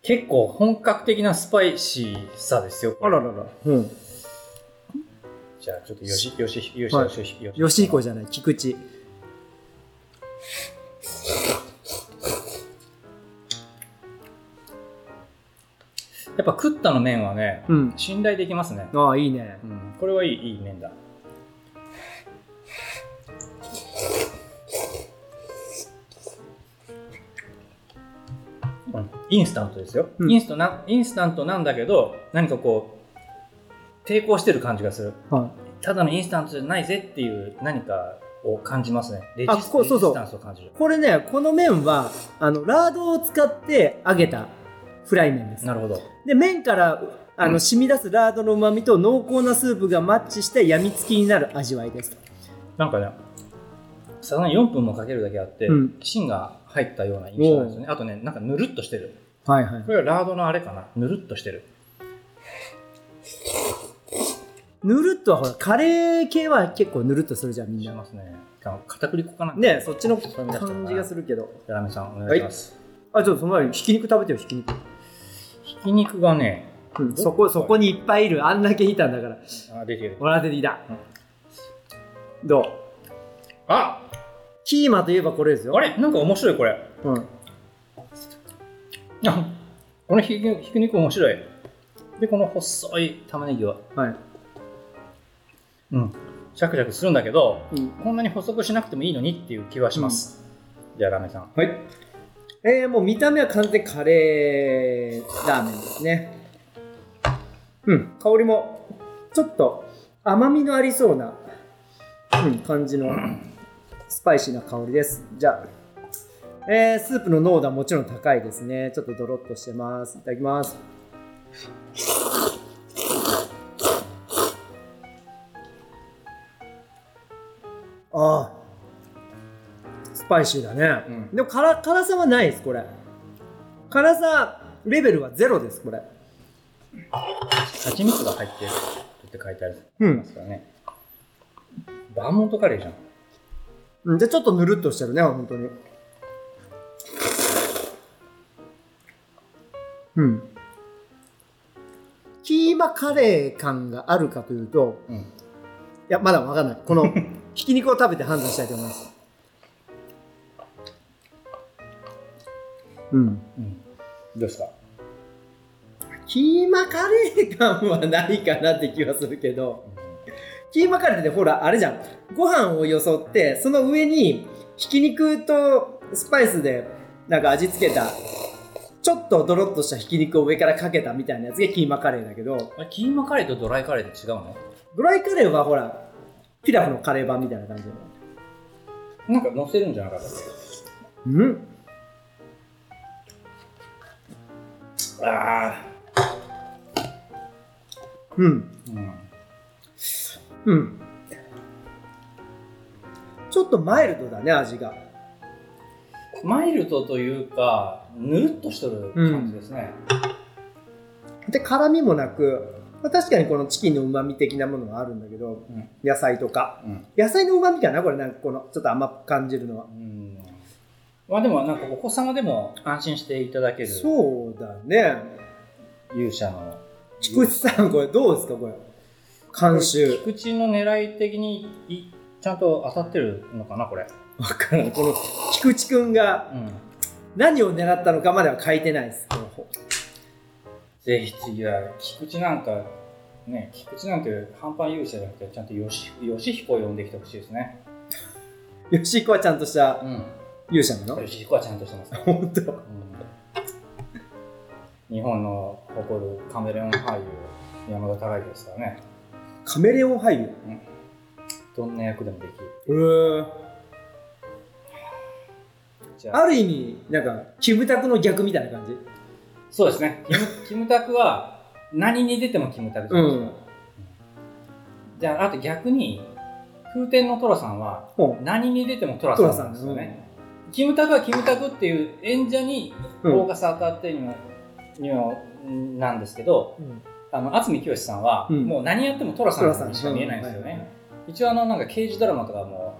[SPEAKER 2] 結構本格的なスパイシーさですよ。こ
[SPEAKER 3] あ
[SPEAKER 2] れ
[SPEAKER 3] ららら。うん。
[SPEAKER 2] じゃあちょっとよし、よし、よし、よし、
[SPEAKER 3] はい
[SPEAKER 2] よし、よし。
[SPEAKER 3] 吉彦じゃない、菊池。
[SPEAKER 2] やっぱクッタの麺はね、
[SPEAKER 3] うん。
[SPEAKER 2] 信頼できますね。
[SPEAKER 3] ああ、いいね
[SPEAKER 2] う。ん、これはいい、いい麺だ。うんインスタントですよ、
[SPEAKER 3] うん
[SPEAKER 2] インストなインスタントなんだけど何かこう抵抗してる感じがする
[SPEAKER 3] は
[SPEAKER 2] ただのインスタントじゃないぜっていう何かを感じますねレジ
[SPEAKER 3] あこうそうそう
[SPEAKER 2] レジスタンスを感じる
[SPEAKER 3] い。これね、この麺は、あの、ラードを使って揚げたフライ麺です。
[SPEAKER 2] なるほど
[SPEAKER 3] で、麺から、あの、染み出すラードの旨味と濃厚なスープがマッチして、病みつきになる味わいです。
[SPEAKER 2] なんかねさらに4分もかけるだけあって、
[SPEAKER 3] うん
[SPEAKER 2] 芯が入ったような印象なんですよねあとねなんかぬるっとしてる
[SPEAKER 3] はいはい
[SPEAKER 2] こ。れはラードのあれかなぬるっとしてる
[SPEAKER 3] ぬるっとはほら、カレー系は結構ぬるっとするじゃん、みん
[SPEAKER 2] し
[SPEAKER 3] な。
[SPEAKER 2] ますね片栗粉かな
[SPEAKER 3] ねそっちの
[SPEAKER 2] それ見た人かな
[SPEAKER 3] 感じがするけど。
[SPEAKER 2] ラーメンさんお願いします、
[SPEAKER 3] あ、ちょっとその前に、ひき肉食べてよ、ひき肉。
[SPEAKER 2] ひき肉がね
[SPEAKER 3] うん、そこ、そこにいっぱいいる。あんだけいたんだから。
[SPEAKER 2] あ出てる
[SPEAKER 3] おら出てきた。どう
[SPEAKER 2] あ
[SPEAKER 3] キーマといえばこれですよ。
[SPEAKER 2] あれなんか面白いこれ
[SPEAKER 3] うん。
[SPEAKER 2] あこのひきひき肉面白いでこの細い玉ねぎは
[SPEAKER 3] はい。
[SPEAKER 2] うんシャクシャクするんだけど
[SPEAKER 3] うん
[SPEAKER 2] こんなに細くしなくてもいいのにっていう気はします、じゃあラーメンさん
[SPEAKER 3] はい。えー、もう見た目は完全にカレーラーメンですね。うん、香りもちょっと甘みのありそうな、うん、感じのスパイシーな香りです。じゃあ、えー、スープの濃度はもちろん高いですね。ちょっとドロッとしてます。いただきます。ああ、スパイシーだね。
[SPEAKER 2] うん
[SPEAKER 3] でも辛辛さはないですこれ辛さレベルはゼロですこれ
[SPEAKER 2] 蜂蜜が入ってるって書いてある
[SPEAKER 3] う
[SPEAKER 2] ま
[SPEAKER 3] ん
[SPEAKER 2] すからねバーモントカレーじゃん
[SPEAKER 3] うんでちょっとぬるっとしてるね本当にうんキーマカレー感があるかというと
[SPEAKER 2] うん
[SPEAKER 3] いやまだわかんないこ のひき肉を食べて判断したいと思いますうん
[SPEAKER 2] うんどうですか
[SPEAKER 3] キーマカレー感はないかなって気はするけどキーマカレーってほらあれじゃんご飯をよそってその上にひき肉とスパイスでなんか味付けたちょっとドロッとしたひき肉を上からかけたみたいなやつがキーマカレーだけど
[SPEAKER 2] あれキーマカレーとドライカレーって違うの
[SPEAKER 3] ドライカレーはほらピラフのカレー版みたいな感じ
[SPEAKER 2] なんか乗せるんじゃなかったっ
[SPEAKER 3] うん
[SPEAKER 2] けああ
[SPEAKER 3] うん
[SPEAKER 2] うん
[SPEAKER 3] うんちょっとマイルドだね味が
[SPEAKER 2] マイルドというかぬるっとしてる感じですね、
[SPEAKER 3] で辛みもなくまあ確かにこのチキンのうまみ的なものはあるんだけど
[SPEAKER 2] うん
[SPEAKER 3] 野菜とか
[SPEAKER 2] うん
[SPEAKER 3] 野菜のうまみかなこれなんかこのちょっと甘く感じるのは
[SPEAKER 2] まあでもなんかお子様でも安心していただける
[SPEAKER 3] そうだね
[SPEAKER 2] 勇者の
[SPEAKER 3] 菊池さんこれどうですかこれ監修
[SPEAKER 2] 菊池の狙い的にいちゃんと当たってるのかなこれ、
[SPEAKER 3] わからんこの菊池くんが
[SPEAKER 2] うん、
[SPEAKER 3] 何を狙ったのかまでは書いてないですこの方
[SPEAKER 2] ぜひ次は菊池なんかね菊池なんて半端勇者じゃなくてちゃんと吉吉彦を呼んできてほしいですね
[SPEAKER 3] 吉彦はちゃんとした
[SPEAKER 2] うん
[SPEAKER 3] 勇者なの
[SPEAKER 2] 吉彦はちゃんとしてますから
[SPEAKER 3] 本当
[SPEAKER 2] うん日本の誇るカメレオン俳優山田孝之ですからね
[SPEAKER 3] カメレオン俳優
[SPEAKER 2] どんな役でもできる
[SPEAKER 3] うー
[SPEAKER 2] じゃ
[SPEAKER 3] あ
[SPEAKER 2] あ
[SPEAKER 3] る意味なんかキムタクの逆みたいな感じ
[SPEAKER 2] そうですねキムキムタクは何に出てもキムタクじゃ
[SPEAKER 3] う
[SPEAKER 2] ないです
[SPEAKER 3] ん
[SPEAKER 2] か、じゃああと逆に風天の寅さんは
[SPEAKER 3] ほ
[SPEAKER 2] 何に出ても寅さんなんですよね、キムタクはキムタクっていう演者にフ
[SPEAKER 3] うん
[SPEAKER 2] ォーカス当たってるの、にはんなんですけど
[SPEAKER 3] ううん
[SPEAKER 2] あの渥美清さんは、
[SPEAKER 3] うん
[SPEAKER 2] もう何やっても寅さんにしか見えないんですよね、一応あのなんか刑事ドラマとかも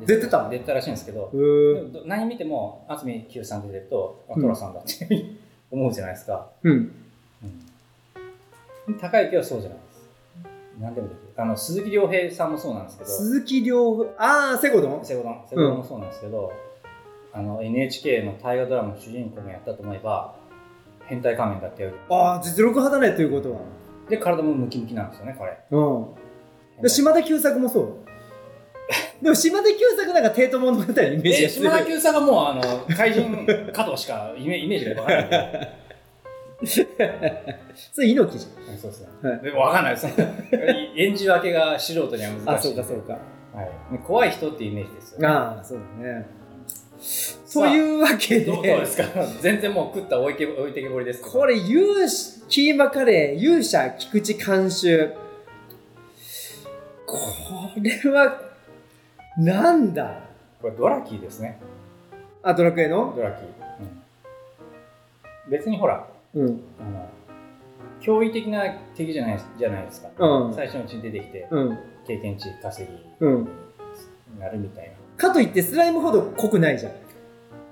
[SPEAKER 3] 出てた
[SPEAKER 2] 出てたらしいんですけど、
[SPEAKER 3] うー
[SPEAKER 2] でも何見ても渥美清さん出てるとあ寅さんだって、思うじゃないですか。
[SPEAKER 3] うん。
[SPEAKER 2] うん、高い木はそうじゃないです。何でもできる。あの鈴木亮平さんもそうなんですけど、
[SPEAKER 3] 鈴木亮、ああ、セコドン
[SPEAKER 2] セブンセブンもそうなんですけど、あの NHK の大河ドラマの主人公もやったと思えば変態仮面だってやる
[SPEAKER 3] ああ、実力派だねということは。
[SPEAKER 2] で体もムキムキなんですよね彼
[SPEAKER 3] うん。で島田久作もそう。でも島田久作なんか帝都物語のイメージ
[SPEAKER 2] え
[SPEAKER 3] が強
[SPEAKER 2] 島田
[SPEAKER 3] い。
[SPEAKER 2] 久さんがもうあの怪人加藤しかイメイメージが分からない
[SPEAKER 3] それ猪木じ
[SPEAKER 2] うんそうですね、
[SPEAKER 3] はい
[SPEAKER 2] でも分かんないです演じ分けが素人には難しい
[SPEAKER 3] ゃん。あ、そうかそうか。
[SPEAKER 2] はい、怖い人っていうイメージですよ、ね、
[SPEAKER 3] ああ、そうだね。そういうわけ
[SPEAKER 2] どうどうで
[SPEAKER 3] で、
[SPEAKER 2] すか全然もう食った置いて置いてけぼりです
[SPEAKER 3] これ、勇者、キーマカレー、勇者、菊池監修。これは、なんだ
[SPEAKER 2] これドラキーですね
[SPEAKER 3] あ、ドラクエの
[SPEAKER 2] ドラキー、うん別にほら
[SPEAKER 3] うん。
[SPEAKER 2] あの驚異的な敵じゃないじゃないですか、
[SPEAKER 3] うん
[SPEAKER 2] 最初のうちに出てきて
[SPEAKER 3] うん。
[SPEAKER 2] 経験値稼ぎ
[SPEAKER 3] うん。
[SPEAKER 2] になるみたいな、
[SPEAKER 3] かといってスライムほど濃くないじゃん。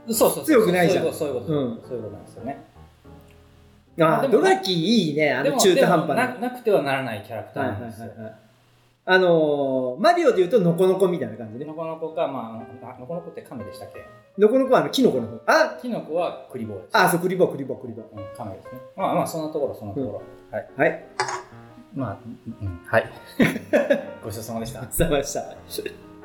[SPEAKER 2] そうそうそう
[SPEAKER 3] 強くないじゃん
[SPEAKER 2] そういうことそういうこと、そういうことなんですよね
[SPEAKER 3] あ
[SPEAKER 2] で
[SPEAKER 3] あ、
[SPEAKER 2] も
[SPEAKER 3] ドラキーいいね、あ
[SPEAKER 2] で
[SPEAKER 3] の
[SPEAKER 2] も
[SPEAKER 3] 中途半端な。
[SPEAKER 2] でもななくてはならないキャラクタ
[SPEAKER 3] はい
[SPEAKER 2] ー
[SPEAKER 3] は
[SPEAKER 2] ないんで
[SPEAKER 3] は
[SPEAKER 2] すよ、
[SPEAKER 3] いはい。あのー、マリオで言うとノコノコみたいな感じね。
[SPEAKER 2] のこのこか、まあ、あのこのこって亀でしたっけ
[SPEAKER 3] ノコノコはあのキノコの方。あ、
[SPEAKER 2] キノコはクリボーです
[SPEAKER 3] あ、そう、クリボークリボークリボー。
[SPEAKER 2] うん、亀ですねまあまあそんなところそんなところ、はい
[SPEAKER 3] はい
[SPEAKER 2] まあ、うん、はい ごちそうさまでした
[SPEAKER 3] さました。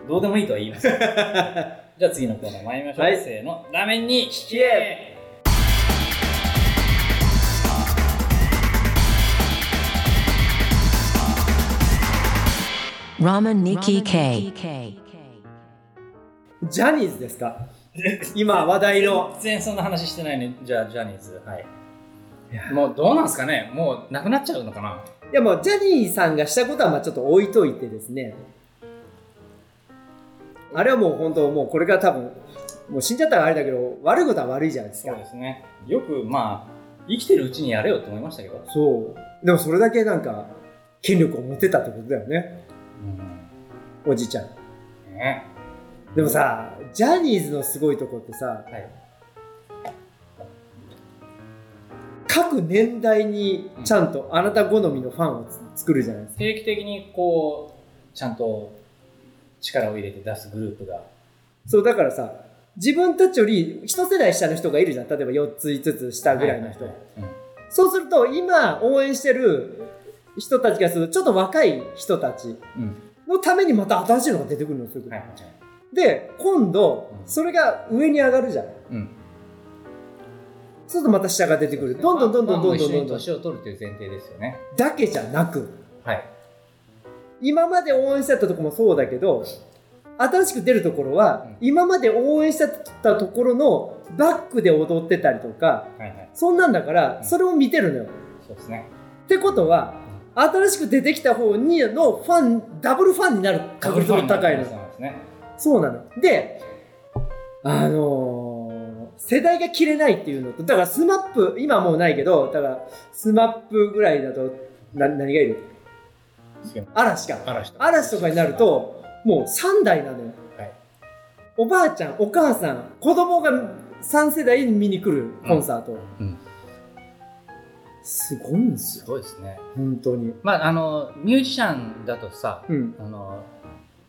[SPEAKER 2] どうでもいいとは言いま せんじゃあ次のコーナー参りましょう、
[SPEAKER 3] はい
[SPEAKER 2] せーのラーメンに聞
[SPEAKER 3] きえ
[SPEAKER 5] Ramaniki K.
[SPEAKER 3] ジャニーズですか今話題の。
[SPEAKER 2] 全然そんな話してないねじゃあジャニーズはいもうどうなんすかねもうなくなっちゃうのかない
[SPEAKER 3] やもうジャニーさんがしたことはまあちょっと置いといてですね。あれはもう本当もうこれから多分、もう死んじゃったらあれだけど、悪いことは悪いじゃないです
[SPEAKER 2] そう
[SPEAKER 3] か。
[SPEAKER 2] ですねよくまあ生きてるうちにやれよと思いましたけど、
[SPEAKER 3] そう。でもそれだけなんか、権力を持ってたってことだよね。
[SPEAKER 2] うん
[SPEAKER 3] おじいちゃん。
[SPEAKER 2] ね
[SPEAKER 3] でもさ、ジャニーズのすごいとこってさ、
[SPEAKER 2] はい、
[SPEAKER 3] 各年代にちゃんとあなた好みのファンをつ作るじゃないですか。
[SPEAKER 2] 定期的にこうちゃんと力を入れて出すグループが
[SPEAKER 3] そう、だからさ、自分たちより一世代下の人がいるじゃん。例えば4つ、5つ下ぐらいの人。
[SPEAKER 2] ははいはい
[SPEAKER 3] そうすると、今応援してる人たちがすると、ちょっと若い人たち
[SPEAKER 2] うん
[SPEAKER 3] のためにまた新しいのが出てくるの、す
[SPEAKER 2] う
[SPEAKER 3] ぐ。
[SPEAKER 2] んはいはい
[SPEAKER 3] で、今度
[SPEAKER 2] う、ん
[SPEAKER 3] それが上に上がるじゃん。
[SPEAKER 2] うん
[SPEAKER 3] そうするとまた下が出てくる。どんどんどんどんどんどん
[SPEAKER 2] まあまあ一緒
[SPEAKER 3] どん
[SPEAKER 2] に年を取るという前提ですよね
[SPEAKER 3] だけじゃなく、
[SPEAKER 2] はい
[SPEAKER 3] 今まで応援してたとこもそうだけど新しく出るところは、
[SPEAKER 2] うん
[SPEAKER 3] 今まで応援してたところのバックで踊ってたりとか
[SPEAKER 2] はいはい
[SPEAKER 3] そんなんだから、
[SPEAKER 2] うん
[SPEAKER 3] それを見てるのよ。
[SPEAKER 2] そうですね
[SPEAKER 3] ってことは新しく出てきた方にのファンダブルファンになる確率が高いの
[SPEAKER 2] そうなんですね
[SPEAKER 3] そうなの。であのー世代が切れないっていうのとだからスマップ今はもうないけどだからスマップぐらいだとな何がいる嵐か
[SPEAKER 2] 嵐とか
[SPEAKER 3] 嵐とかになるともう3代なのよ、
[SPEAKER 2] はい
[SPEAKER 3] おばあちゃんお母さん子供が3世代見に来るコンサート、
[SPEAKER 2] うん
[SPEAKER 3] すごいんです
[SPEAKER 2] す
[SPEAKER 3] よ
[SPEAKER 2] ごいですね
[SPEAKER 3] 本当に
[SPEAKER 2] まああのミュージシャンだとさ
[SPEAKER 3] うん
[SPEAKER 2] あの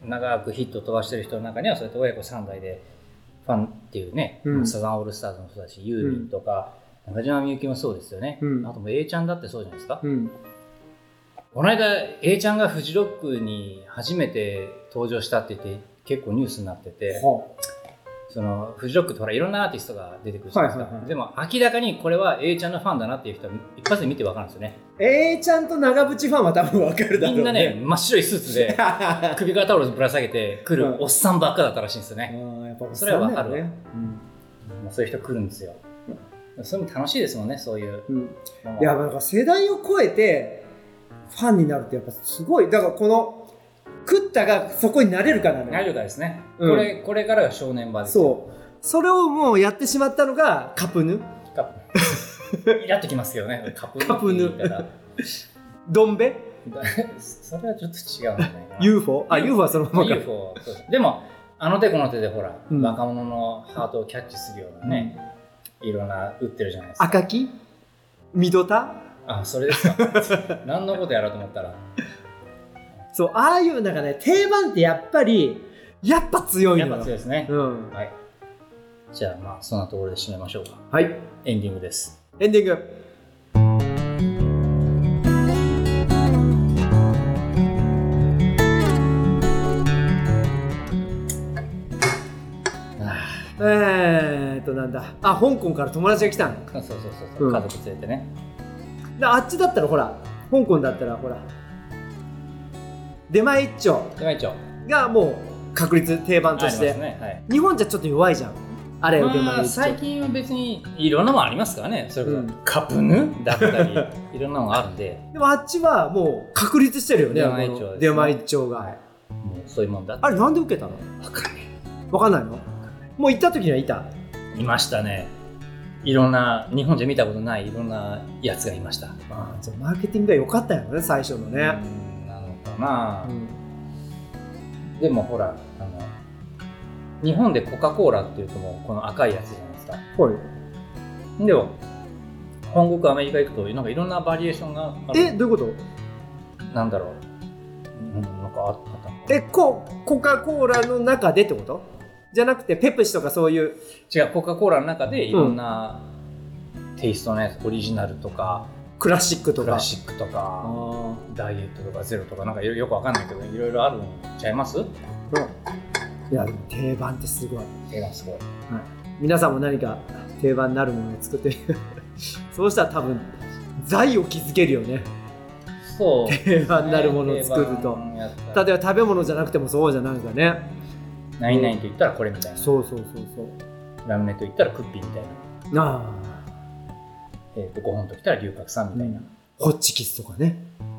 [SPEAKER 2] 長くヒットを飛ばしてる人の中にはそうやって親子3代でファンっていうね、
[SPEAKER 3] うん
[SPEAKER 2] サザンオールスターズもそうだしユーミンとか、中島みゆきもそうですよね、
[SPEAKER 3] うん
[SPEAKER 2] あともう A ちゃんだってそうじゃないですか、
[SPEAKER 3] うん
[SPEAKER 2] この間 A ちゃんがフジロックに初めて登場したって言って結構ニュースになってて、
[SPEAKER 3] は
[SPEAKER 2] そのフジロックってほらいろんなアーティストが出てくるじゃないですか、
[SPEAKER 3] はいはいはい
[SPEAKER 2] でも明らかにこれは A ちゃんのファンだなっていう人は一発で見てわかるんですよね
[SPEAKER 3] あ A ちゃんと長渕ファンは多分わかるだろう
[SPEAKER 2] みんな ね真っ白いスーツで首からタオルぶら下げて来
[SPEAKER 3] うん
[SPEAKER 2] るおっさんばっかだったらしいんですよね、
[SPEAKER 3] うんやっぱ
[SPEAKER 2] それはわかるわ
[SPEAKER 3] ね、
[SPEAKER 2] まあ、そういう人来るんですよ。それも楽しいですもんね、そういう
[SPEAKER 3] うんうん、
[SPEAKER 2] のが
[SPEAKER 3] いやなんか世代を超えてファンになるってやっぱすごいだからこのクッタがそこになれるかなのよ
[SPEAKER 2] なるかですね、
[SPEAKER 3] うん
[SPEAKER 2] これ。これからが正念場ですよ。
[SPEAKER 3] そう。それをもうやってしまったのがカプヌ。
[SPEAKER 2] カップ。イラっときますけどね、カップヌー
[SPEAKER 3] カップヌー
[SPEAKER 2] って言い方
[SPEAKER 3] ドンベ
[SPEAKER 2] それはちょっと違うんじゃないかな。
[SPEAKER 3] ?UFO? あ、
[SPEAKER 2] うん
[SPEAKER 3] UFO はそのままか。
[SPEAKER 2] UFO そうですでも、あの手この手でほら、
[SPEAKER 3] うん
[SPEAKER 2] 若者のハートをキャッチするようなね、いろんな売ってるじゃないですか
[SPEAKER 3] 赤木ミドタ
[SPEAKER 2] あそれですか 何のことやろうと思ったら
[SPEAKER 3] そうああいうなんかね定番ってやっぱりやっぱ強い
[SPEAKER 2] やっ
[SPEAKER 3] の
[SPEAKER 2] ぱ強い
[SPEAKER 3] よ
[SPEAKER 2] ですね、
[SPEAKER 3] うん
[SPEAKER 2] はいじゃあまあそんなところで締めましょうか
[SPEAKER 3] はい
[SPEAKER 2] エンディングです
[SPEAKER 3] エンディングえーっとなんだあ香港から友達が来たん
[SPEAKER 2] そうそうそうそう、
[SPEAKER 3] うん
[SPEAKER 2] 家族連れてね
[SPEAKER 3] だあっちだったらほら香港だったらほら出前一丁
[SPEAKER 2] では一応
[SPEAKER 3] がもう確率定番と
[SPEAKER 2] ありま
[SPEAKER 3] し
[SPEAKER 2] す
[SPEAKER 3] て、
[SPEAKER 2] ね、はい
[SPEAKER 3] 日本じゃちょっと弱いじゃんあれよ出
[SPEAKER 2] ま
[SPEAKER 3] 前
[SPEAKER 2] あ、
[SPEAKER 3] 一
[SPEAKER 2] 最
[SPEAKER 3] 丁
[SPEAKER 2] 近は別にいろんなもんありますからねそれこそ、
[SPEAKER 3] うん
[SPEAKER 2] カップヌだったりいろんなもんあるんで
[SPEAKER 3] でもあっちはもう確立してるよね
[SPEAKER 2] 出前一丁ですね
[SPEAKER 3] この出前一丁が、
[SPEAKER 2] もうそういうもんだって
[SPEAKER 3] あれなんで受けたの
[SPEAKER 2] わかんない
[SPEAKER 3] わかんないのもう行った時にはいた
[SPEAKER 2] いましたねいろんな日本じゃ見たことないいろんなやつがいました
[SPEAKER 3] あじゃあマーケティングが良かったよね最初の
[SPEAKER 2] う
[SPEAKER 3] ね、
[SPEAKER 2] んなのかな、
[SPEAKER 3] うん
[SPEAKER 2] でもほらあの日本でコカ・コーラっていうともうこの赤いやつじゃないですか
[SPEAKER 3] ほい
[SPEAKER 2] でも本国アメリカ行くとなんかいろんなバリエーションがある
[SPEAKER 3] えどういうこと
[SPEAKER 2] なんだろううんなんかあったの
[SPEAKER 3] えココカ・コーラの中でってことじゃなくてペプシとかそういう
[SPEAKER 2] 違うコカ・コーラの中でいろんなテイストのやつ、オリジナルとか
[SPEAKER 3] クラシックと
[SPEAKER 2] ク
[SPEAKER 3] か
[SPEAKER 2] ラシックと
[SPEAKER 3] あ
[SPEAKER 2] か
[SPEAKER 3] ー
[SPEAKER 2] ダイエットとかゼロとかなんかよよくわかんないけどいろいろあるんちゃいます
[SPEAKER 3] いやでも定番ってすごい
[SPEAKER 2] えらすごい
[SPEAKER 3] 皆さんも何か定番になるものを作ってみる そうしたら多分財を築けるよね
[SPEAKER 2] そう
[SPEAKER 3] 定番 になるものを作ると例え
[SPEAKER 2] 例え
[SPEAKER 3] ば食べ物じゃなくてもそうじゃなんかね
[SPEAKER 2] ば何々と言ったらこれみたいな
[SPEAKER 3] そうそうそうそう
[SPEAKER 2] ラムネと言ったらクッピーみたいな、
[SPEAKER 3] なあ
[SPEAKER 2] えー、とご本と来たら龍角さんみたいな、
[SPEAKER 3] ホッチキスとかね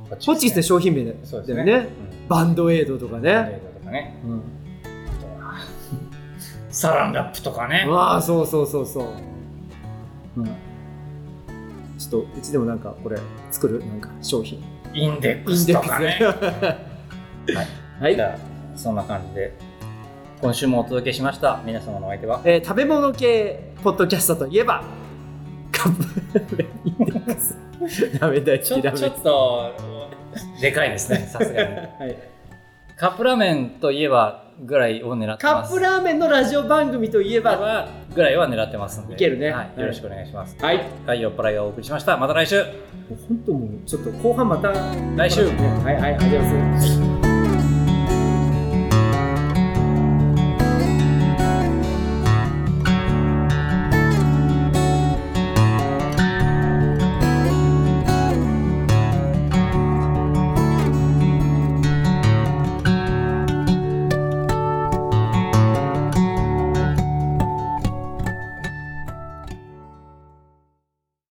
[SPEAKER 2] こっち
[SPEAKER 3] ホッチキスって商品名だよ
[SPEAKER 2] そうですね
[SPEAKER 3] だよねバンドエイドとか
[SPEAKER 2] うん、
[SPEAKER 3] ね
[SPEAKER 2] 映画とかね
[SPEAKER 3] うん
[SPEAKER 2] あとはサランラップとかね
[SPEAKER 3] ああそうそうそうそう、うん、ちょっとうちでもなんかこれ作るなんか商品
[SPEAKER 2] インデックスとかね
[SPEAKER 3] イン
[SPEAKER 2] はい、はい、じゃあそんな感じで今週もお届けしました皆様のお相手は
[SPEAKER 3] えー食べ物系ポッドキャストといえばカップ麺インデックスダメだ
[SPEAKER 2] ちょ
[SPEAKER 3] ひらめき
[SPEAKER 2] ちょっとでかいですね さすがに
[SPEAKER 3] はい
[SPEAKER 2] カップラーメンといえばぐらいを狙って
[SPEAKER 3] カ
[SPEAKER 2] ま
[SPEAKER 3] ッ
[SPEAKER 2] す
[SPEAKER 3] プラーメンのラジオ番組といえば
[SPEAKER 2] はぐらいは狙ってますんで
[SPEAKER 3] いけるね
[SPEAKER 2] はい、よろしくお願いします
[SPEAKER 3] はい
[SPEAKER 2] はいよっぱらいがお送りしましたまた来週
[SPEAKER 3] 本当もうちょっと後半また
[SPEAKER 2] 来週
[SPEAKER 3] はいはいありがとうございます